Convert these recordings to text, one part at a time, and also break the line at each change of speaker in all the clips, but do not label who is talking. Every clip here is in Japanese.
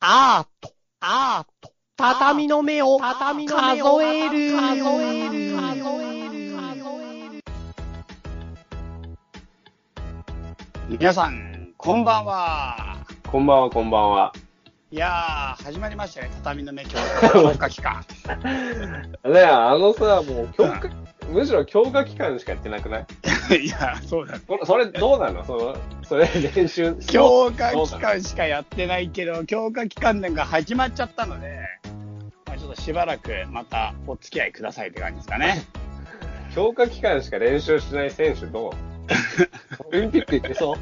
アート、アート、畳の目を
畳の
数
目を
える、
数える数
皆さん、こんばんは。
こんばんは、こんばん は。
いやー、始まりましたね、畳の目教科書期 間。
ねえ、あのさ、もう強化、 むしろ強化期間しかやってなくない
いや、そうだ。
これそれどうなのその、それ練習。
教科期間しかやってないけど、教科期間なんか始まっちゃったので、まあ、ちょっとしばらくまたお付き合いくださいって感じですかね。
強化期間しか練習しない選手 どうオリンピック行って そう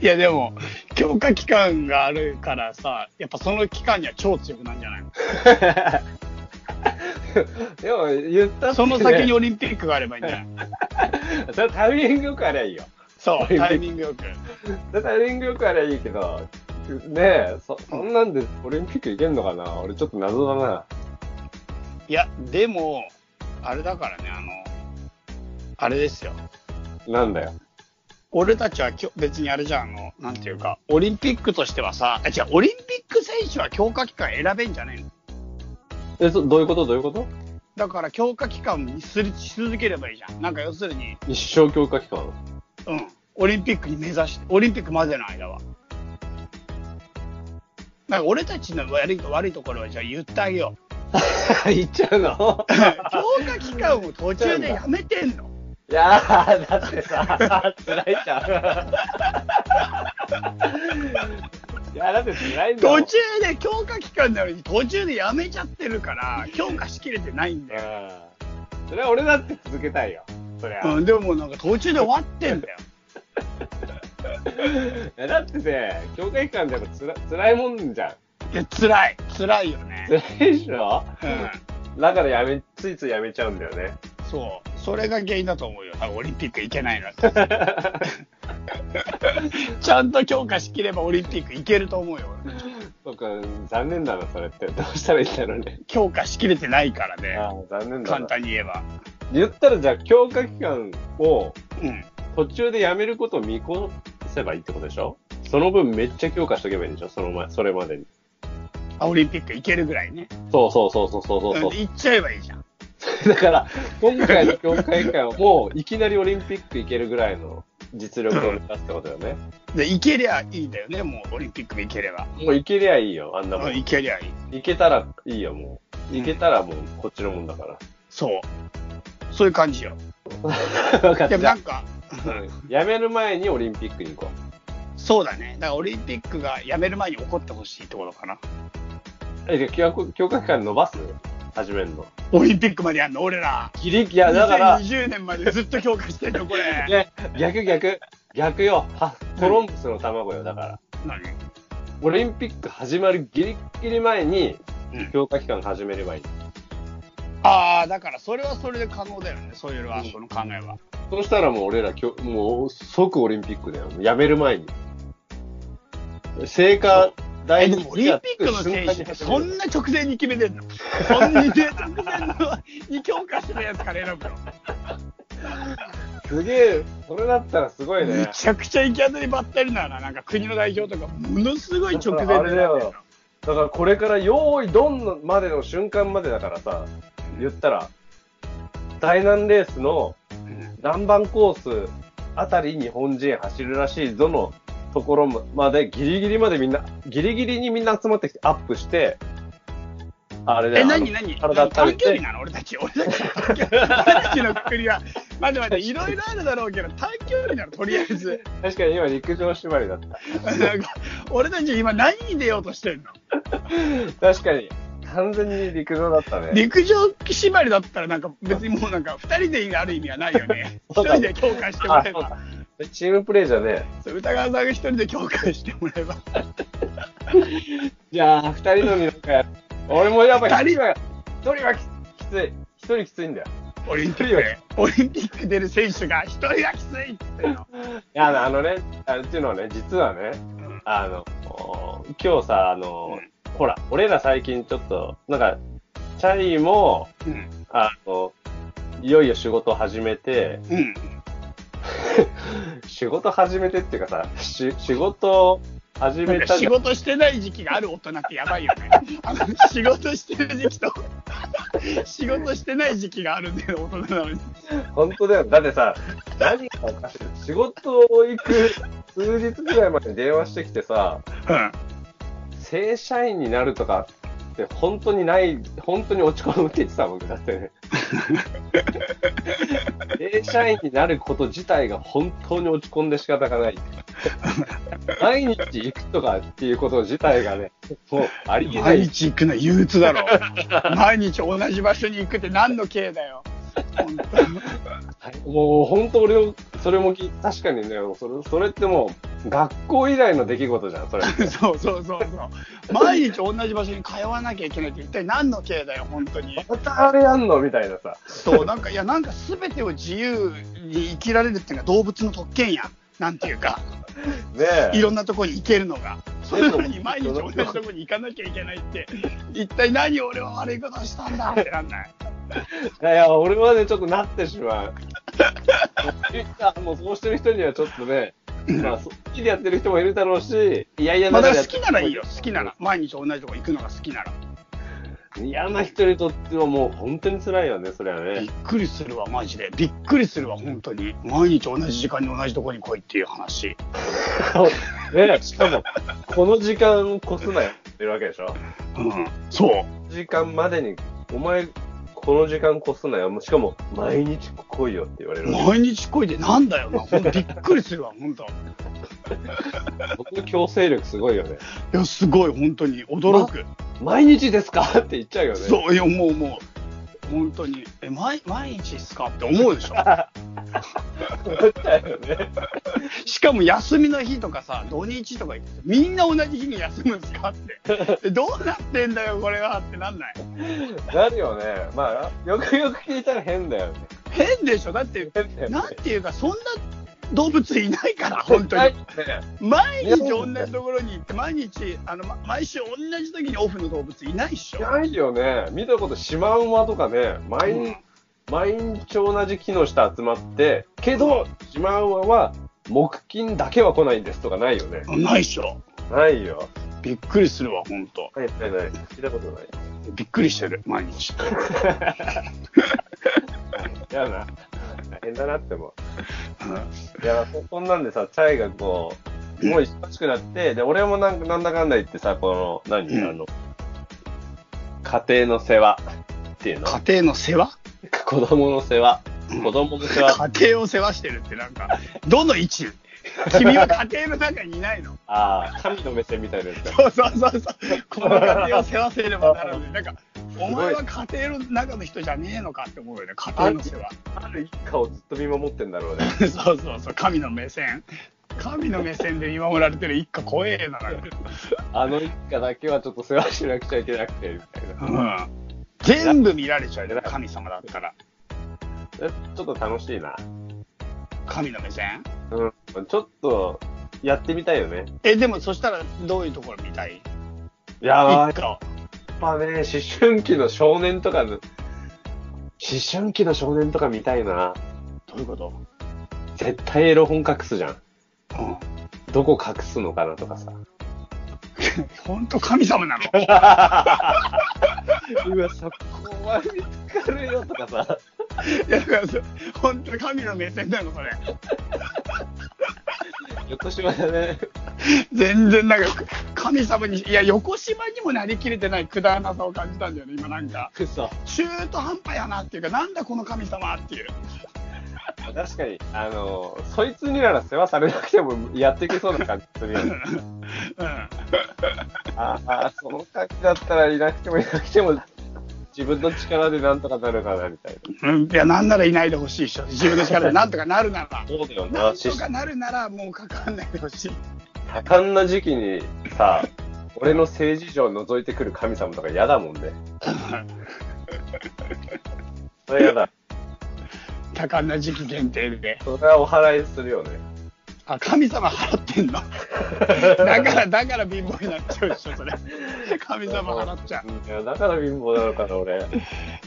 いや、でも、教科期間があるからさ、やっぱその期間には超強くなんじゃないの
でも言ったって、ね、
その先にオリンピックがあればいいんじゃない
それタイミングよくありゃいいよ
そう、タイミングよく。
それタイミングよくありゃいいけどねえそそんなんでオリンピック行けんのかな俺ちょっと謎だない
や、でも、あれだからね、あの、あれですよ。
なんだよ
俺たちはきょ別にあれじゃん、あの、なんていうか、オリンピックとしてはさ、あ違う、オリンピック選手は強化期間選べんじゃねえの。
えそどういうことどういうこと
だから強化期間にするし続ければいいじゃん。なんか要するに、
一生強化期間
うん、オリンピックに目指して、オリンピックまでの間は。なんか俺たちの悪い悪いところはじゃあ言ってあげ よう。
行っちゃう
強化
の
期間を途中でやめてんの。
いやー、だってさ、 辛いじゃん。いや、だって辛いんだもん
途中で強化期間なのに途中でやめちゃってるから強化しきれてないんだよ、
うん。それは俺だって続けたいよ。そりゃ。
う
い
ん、でもなんか途中で終わってんだよ
やだってね、教会期間でもつら辛いもんじゃん。
いや辛い辛いよね
辛いでしょ
うん
だからやめ、ついついやめちゃうんだよ ね。
そうそれが原因だと思うよ多分オリンピック行けないのって ちゃんと強化しきればオリンピック行けると思うよ俺
そうか、残念だな、それって。どうしたらいいんだろうね。
強化しきれてないからね
あー残念だな。
簡単に言えば
言ったらじゃあ、強化期間を
うん
途中でやめることを見越せばいいってことでしょその分めっちゃ強化しとけばいいんでしょその前、それまでに。
あオリンピック行けるぐらいね
そうそうそうそうそう
うん
そう
行っちゃえばいいじゃん
そう。 だから、今回の強化委員会はもういきなりオリンピック行けるぐらいの実力を目指すってことだよね。
で行けりゃいいんだよねもうオリンピックも行ければ
もう行けりゃいいよ、あんなも
うん
ん。
行けりゃいい
行けたらいいよ、も
う
う。
ん
行けたらもうこっちのもんだか
そう。そういう感じよ。
ら。分かっ
いや、
た。じ
な
ゃ
んか、
あうんやめる前にオリンピックに行こ
そうだね。だからオリンピックがやめる前に起こってほしいところかな。
う。え、じゃあ強化強化期間伸ばす始めるの。
オリンピックまでやんの、俺ら。
ギリいや、だから。
2020年までずっと強化してんの、これ。
ね、逆逆逆よはコロンブスの卵よだから
何
オリンピック始まるギリギリ前に
うん
強化期間始めればいい、
ああ、だからそれはそれで可能だよね。そういうのは、その考えは。
そうしたらもう俺らきょもう即オリンピックだよやめる前に聖火
え、
第
で
二
もオリンピックの選手ってそんな直前に決めてんのそんな直前のに強化してるやつから選ぶの。
すげえそれだったらすごい
め
ね
ちゃくちゃ行き当たりばったりなな。なんか国の代表とか、ものすごい直前で選んでる
だからあれ
の
だよ。だからこれから用意どんのまでの瞬間までだからさ言ったら第何レースの
うん
南蛮コースあたりに日本人走るらしいぞのところまで、ギリギリまでみんな、ギリギリにみんな集まってきてアップして、あれだ
え、
よ。
な
あ
に
の
なに
体温め
短距離
て。
なの俺たち。俺たち短距離、俺たちのくくりは。待って待って、いろいろあるだろうけど、短距離なの、とりあえず。
確かに今陸上縛りだった。
なんか、俺たち今何に出ようとしてんの
確かに。完全に陸上だったね。
陸上縛りだったら、なんか別にもうなんか、二人でいいある意味はないよね。一
そうだ
人
ね
で強化しても
あ
らえ
そうだ
ば。
チームプレーじゃね
そう歌川さんが一人で強化してもらえば。
え。じゃあ、二人のになんかやる、 俺もやっぱ
二人
一人は、一人はききつい。一人きついんだよ。
オリンピックで、オリンピック出る選手が、一人がきついって言ってんの。
いや、あのね、あっていうのはね、実はね、
ん
あの、お今日さ、あの、
う
ほら、俺ら最近ちょっと、なんか、チャイも、
うん。
あの、いよいよ仕事を始めて、
うん。
仕事始めてっていうかさ、し仕事を始
な
め
んか
た
仕
じゃん。
事してない時期がある大人ってやばいよね。あの仕事してる時期と 仕事してない時期があるんだよ、大人なのに。
本当だよ。だってさ、何がおかしい仕事を行く数日ぐらいまで電話してきてさ、
うん
正社員になるとかって本当にない、本当に落ち込むって言ってた僕だ ってね。正社員になること自体が本当に落ち込んで仕方がない。毎日行くとかっていうこと自体がね、もうありえな
毎
い。
日行くのは憂鬱だ ろ。毎日同じ場所に行くって何の刑だよ。本当
もう本当俺を、それもき確かにね、それそれってもう学校以来の出来事じゃ ん、それ。
そうそうそうそう。毎日同じ場所に通わなきゃいけないって一体何の刑だよ、本当に。
またあれやんのみたいなさ。
そう、なんか、いや、なんか全てを自由に生きられるっていうのが動物の特権や。なんていうか、
ねえ
いろんなとこに行けるのが。それなのに毎日同じとこに行かなきゃいけないって、一体何俺は悪いことをしたんだってなんない。
いやいや、俺までちょっとなってしまう。もうそうしてる人にはちょっとね、まあ、好きでやってる人もいるだろうし、いやいや
まあ
な
だからら
がやっ
好
て
き
る
ならいいよ、好きなら。。毎日同じとこ行くのが好きなら。
嫌な人にとってはもう本当に辛いよね、それは
び
ね
っ。くりするわ、マジで。びっくりするわ、本当に。毎日同じ時間に同じとこに来いっていう話。
ねしかも、この時間を越すなよって言うわけでしょ。
うん。そう。
この時間までに、お前、この時間越すなよ。しかも、毎日来いよって言われる。
毎日来いでなんだよな。ほんとびっくりするわ、本当。い
僕の強制力すごいよね。
や、すごい、本当に。驚く。
毎日ですかって言っちゃうよね。
そう、いや、もうもう、本当に。え、毎毎日っすかって思うで しょ。
思っちゃうよね。
しかも休みの日とかさ、土日とか行って、みんな同じ日に休むんですかって。 えどうなってんだよ、これはってなんない。
なるよね。まあ、よくよく聞いたら変だよね。
変でしょ。だって、
変だよね。
なんていうか、そんな動物いないから、本当に。毎日同じところに行って毎日あのま毎週同じ時にオフの動物いないっし
い
ょ
ないよね。見たこと、シマウマとかね、毎日、
うん
毎日同じ木の下集まって、けど、シマウマは木金だけは来ないんですとかないよね。
ないっしょ
ないよ。
びっくりするわ本当
ないないない。聞いたことない。
びっくりしてる毎日
やな。大変だなって思
う
う。いや、そこんなんでさ、チャイがこう、もう忙しくなって、で、俺もなんかなんだかんだ言ってさ、この、何、
うん
あの、家庭の世話っていうの
ん家庭の世話
子供の世話。子供の世話。
家庭を世話してるってなんかどの位置君は家庭の中にいないの
ああ、神の目線みたいなやつだ。
そうそうそうそうこの家庭を世話せればならぬ なんかお前は家庭の中の人じゃねえのかって思うよね家庭の世話
ある一家をずっと見守ってんだろうね。
そうそうそう神の目線神の目線で見守られてる一家怖えななんか
あの一家だけはちょっと世話しなくちゃいけなくて、みたい
う
な。
ん全部見られちゃうよ神様だったら
えちょっと楽しいな。
神の目線
うん。ちょっと、やってみたいよね。
えでもそしたらどういうところ見たい
いやー、
一家を
やっぱね、思春期の少年とかの、思春期の少年とか見たいな。
どういうこと、
絶対エロ本隠すじゃ
う
ん。
ん、
どこ隠すのかなとかさ。
本当神様なの
うわ、そこは見つかるよとかさ。
いやだからそ本当神の目線なのそれ
横島だね。
全然なんか神様にいや横島にもなりきれてないくだらなさを感じたんだよね今なんか
嘘。
中途半端やなっていうかなんだこの神様っていう
確かに、あの、そいつになら世話されなくてもやっていけそうな感じするよね。
うん
ああ、その感じだったらいなくてもいなくても、自分の力でなんとかなるかな、みたいな。
うん、いや、なんならいないでほしいっしょ。自分の力でなんとかなるなら。
そうだよな
なんとかなるなら、もうかかんないでほしい。
多感な時期に さ、俺の政治上を覗いてくる神様とか嫌だもんね。それ嫌だ。
多感な時期限定で。
それはお祓いするよね。
あ、神様払ってんのだから、だから貧乏になっちゃうっしょ、それ。神様払っちゃう。
いや、だから貧乏なのかな、俺。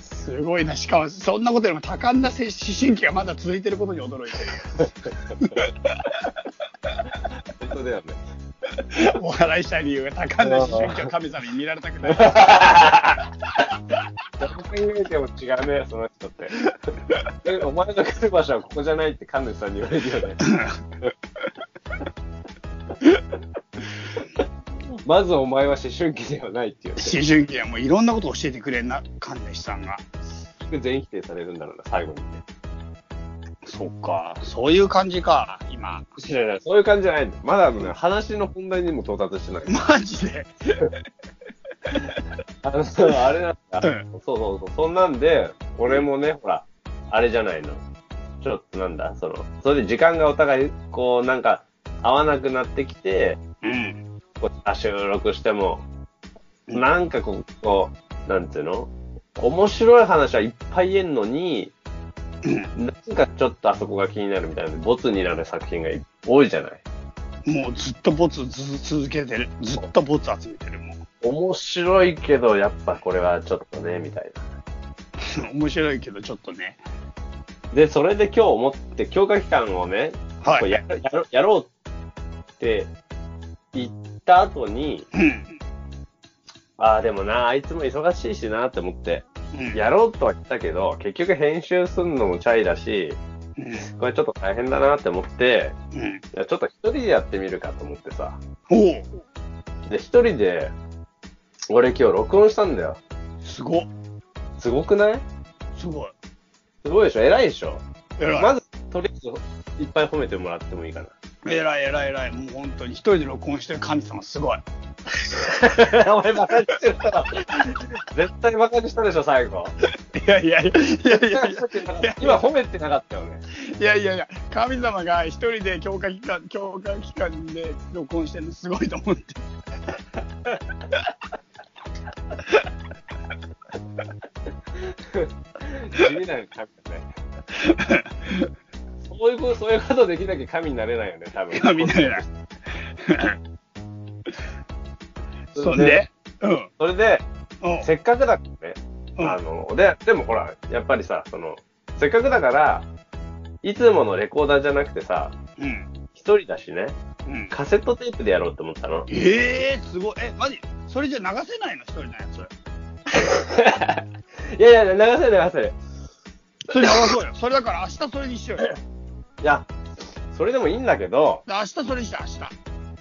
すごいな。しかも、そんなことよりも多感な思春期がまだ続いてることに驚いてる。
本当だよね。
お笑いしたい理由が高梨宗教神様に見られたくない。
どこに見えても違うね、その 人って。えお前の来る場所はここじゃないって神主さんに言われるよね。 まずお前は思春期ではないっていう。
思春期はもういろんなことを教えてくれんな、神主さんが。
全否定されるんだろうな、最後にね。
そっか、そういう感じか、今。
いやいやそういう感じじゃないんだよまだあのね、話の本題にも到達してない。
マジで。
あの、あれなんだ。
う
そうんそうそう。そんなんで、俺もね、ほら、あれじゃないの。ちょっとなんだ、その、それで時間がお互い、こう、なんか、合わなくなってきて、
うん。
こうあ収録しても、
うん
なんかこう、こうなんていうの面白い話はいっぱい言えんのに、なんかちょっとあそこが気になるみたいなボツになる作品が多いじゃない。
もうずっとボツず続けてる。ずっとボツ集めてる。もう。
面白いけど、やっぱこれはちょっとね、みたいな。
面白いけど、ちょっとね。
で、それで今日思って、強化期間をね、
は
こう
い。
ややろやろうって言った後に、
うん。
ああ、でもな、あいつも忙しいしなって思って、
うん。
やろうとは言ったけど、結局編集するのもチャイだし、
うん。
これちょっと大変だなって思って、
うん。
いやちょっと一人でやってみるかと思ってさ。
お
で、一人で、俺今日録音したんだよ。
おすごっ。
すごくない
すごい。
すごいでしょ偉いでしょ
偉い。
まず、とりあえず、いっぱい褒めてもらってもいいかな。
偉い偉い偉い。もう本当に一人で録音してる神様すごい。
お前バカにしてるだろ。絶対バカにしたでしょ、最後。
いやいやいやいやいやい
今褒めてなかったよね。
やいやいや、神様が一人で強化期間、強化期間で録音してるのすごいと思って。
地味な神だね。そういうこと、そういうことできなきゃ神になれないよね、多分。
神になれない。そんで、うん、
それで、
うん、
せっかくだからね。
うん
あの、で、でもほら、やっぱりさ、その、せっかくだから、いつものレコーダーじゃなくてさ、
うん、
一人だしね、
うん。
カセットテープでやろうって思ったの。
ええー、すごい。え、マジそれじゃ流せないの一人のやつ。
いやいや、流せる流せる。
それ流そうよ。それだから明日それにしようよ。
いや、それでもいいんだけど、
明日それにして、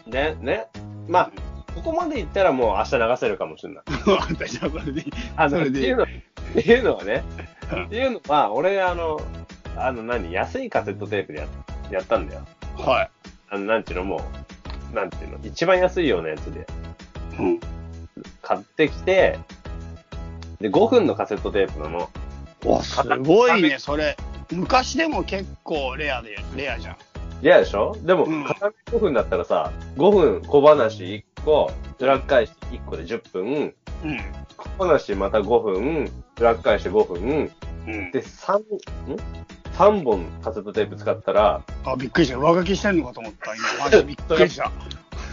明日。
ね、ね、まあ、ここまで行ったらもう明日流せるかもしれない。
私はそれでいい。
あ
そ
の、っ
れ
て
でい
い。
いう
の、っていうのはね
うん、
っていうのは、俺、あの、あの何、安いカセットテープでややったんだよ。
は
あの、なんていうの、もう、なんていうの、一番安いようなやつで
い。うん。
買ってきて、で、5分のカセットテープなの。
おすごいね、それ。昔でも結構レアで、レアじゃん。
嫌でしょでも、
うん
片道5分だったらさ、5分小話1個、裏返して1個で10分、
うん。
小話また5分、裏返して5分、
うん
で、3、ん ?3 本カセットテープ使ったら、
あ、びっくりした。上書きしてんのかと思った。今、マジびっくりした。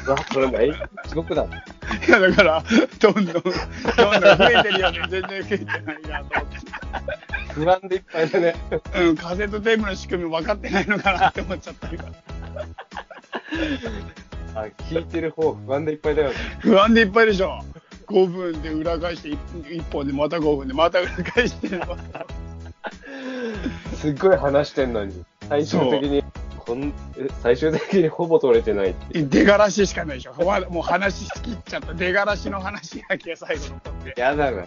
うわ、これもえ、すごくだ。
いや、だから、どんどん、どんどん増えてるよね。全然増えてないなと思って。
不安でいっぱいだね。
うん、カセットテープの仕組み分かってないのかなって思っちゃった今
あ、聞いてる方不安でいっぱいだよね。
不安でいっぱいでしょ5分で裏返して 1, 本でまた5分でまた裏返してまた
すっごい話してんのに、最終的に、こんえ最終的に ほぼ取れてないっていう。
出がらししかないでしょわもう話しきっちゃった出がらしの話だけ最後残って
やだな。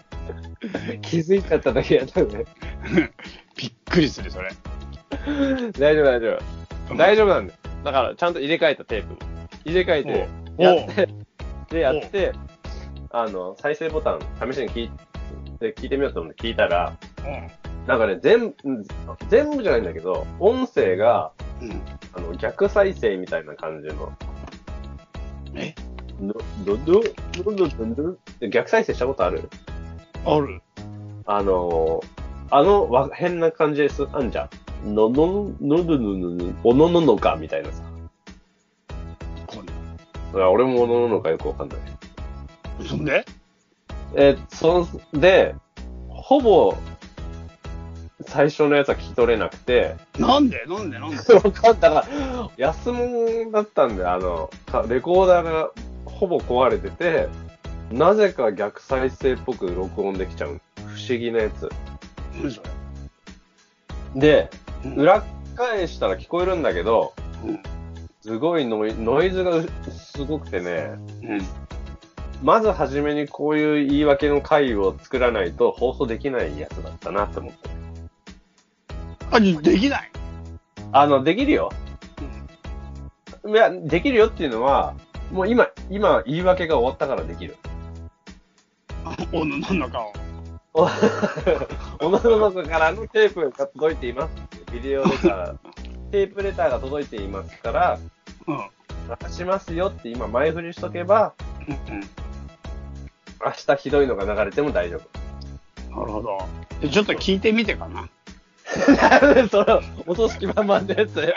気づいちゃっただけやだね。
びっくりするそれ
大丈夫、大丈夫。大丈夫なんだよ。だから、ちゃんと入れ替えたテープも。入れ替えて、
おう
やって、で、やって、あの、再生ボタン、試しに聞いて、聞いてみようと思って聞いたら、なんかね、全部、うん全部じゃないんだけど、音声が、
うん、うん、
あの、逆再生みたいな感じの、
え
ど、ど、ど、ど、ど、ど、ど、で逆再生したことある
ある
あのー、あの、わ、変な感じです。あんじゃん。の、の、の、の、の、の、の、おのののか、みたいなさ。
こ
いや俺もおのののかよくわかんない。
うそんで
えー、そんで、ほぼ、最初のやつは聞き取れなくて、
なんでなんでなんで
わかんだから、安物だったんで、あの、かレコーダーがほぼ壊れてて、なぜか逆再生っぽく録音できちゃう。不思議なやつ。
何それ
で、
うん
裏返したら聞こえるんだけど、
うん
すごいノイノイズがうすごくてね、
うん
まず初めにこういう言い訳の回を作らないと放送できないやつだったなって思って。
あできない
あの、できるよ。いや、できるよっていうのは、もう今、今、言い訳が終わったからできる。
あおのなんの顔
お小野の子からのテープが届いています。ビデオレタ ー、テープレターが届いていますから、
うんうん
出しますよって今前振りしとけば、
うん
明日ひどいのが流れても大丈夫。
なるほどでちょっと聞いてみてかな
何 それ、落とす気満々のやつ。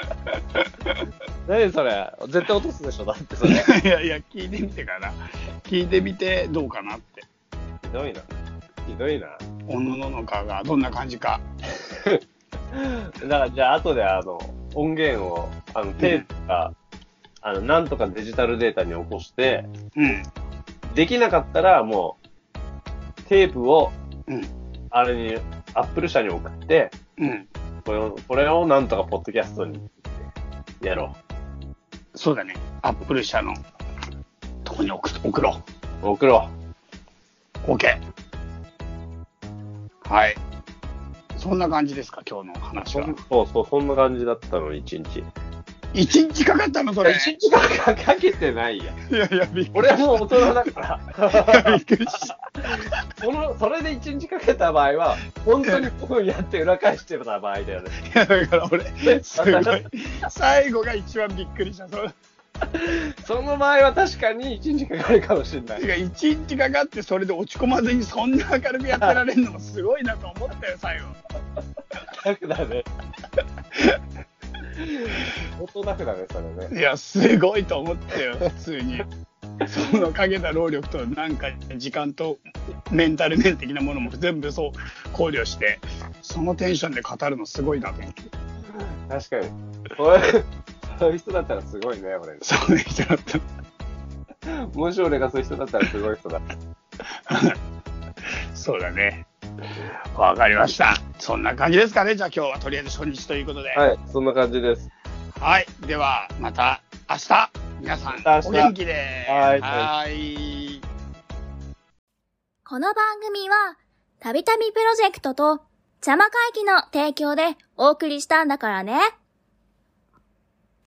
何それ、絶対落とすでしょ、だってそ れ。
いやいや聞いてみてかな聞いてみてどうかなって
ひどいな。ひどいな。
おのののかがどんな感じか
だから、じゃあ、後で、あの、音源を、あの、テープか、あの、なんとかデジタルデータに起こして、
うん
できなかったら、もう、テープを、
うん
あれに、アップル社に送って、
うん
これを、これをなんとかポッドキャストに、やろ
そうだねアップル社のとこに送送ろ
う。送ろ
う OK はいそんな感じですか今日の
う。
話
そ
は
んそうそう、そんな感じだったの、一日。
一日かかったのそれ
一日かかけてないや。
いやいやびっくり
俺はもう大人だ から。
したびっくりした
その、それで一日かけた場合は、本当に5分やって裏返してた場合だよね。
いやだから俺、すごい。 最後が一番びっくりした。それ
その場合は確かに一日かかるかもしれ ない。
が一日かかって、それで落ち込まずに、そんな明るくやってられるのもすごいなと思ったよ、最後。
楽だね。相当楽だね、それね。
いや、すごいと思ったよ、普通に。そのかけた労力と、なんか時間とメンタル面的なものも全部そう考慮して、そのテンションで語るのすごいなと思って。
確かに。これ、そういう 人だったらすごいね、俺。
そういう人だった。
もし俺がそういう人だったらすごい人だ。
そうだね。わかりました。そんな感じですかね。じゃあ今日はとりあえず初日ということで。
はい、そんな感じです。
はい。では、また明日、皆さ
また明
ん、
日
お元気で。
はい
はい。
この番組は、たびたびプロジェクトと、邪魔会議の提供でお送りしたんだからね。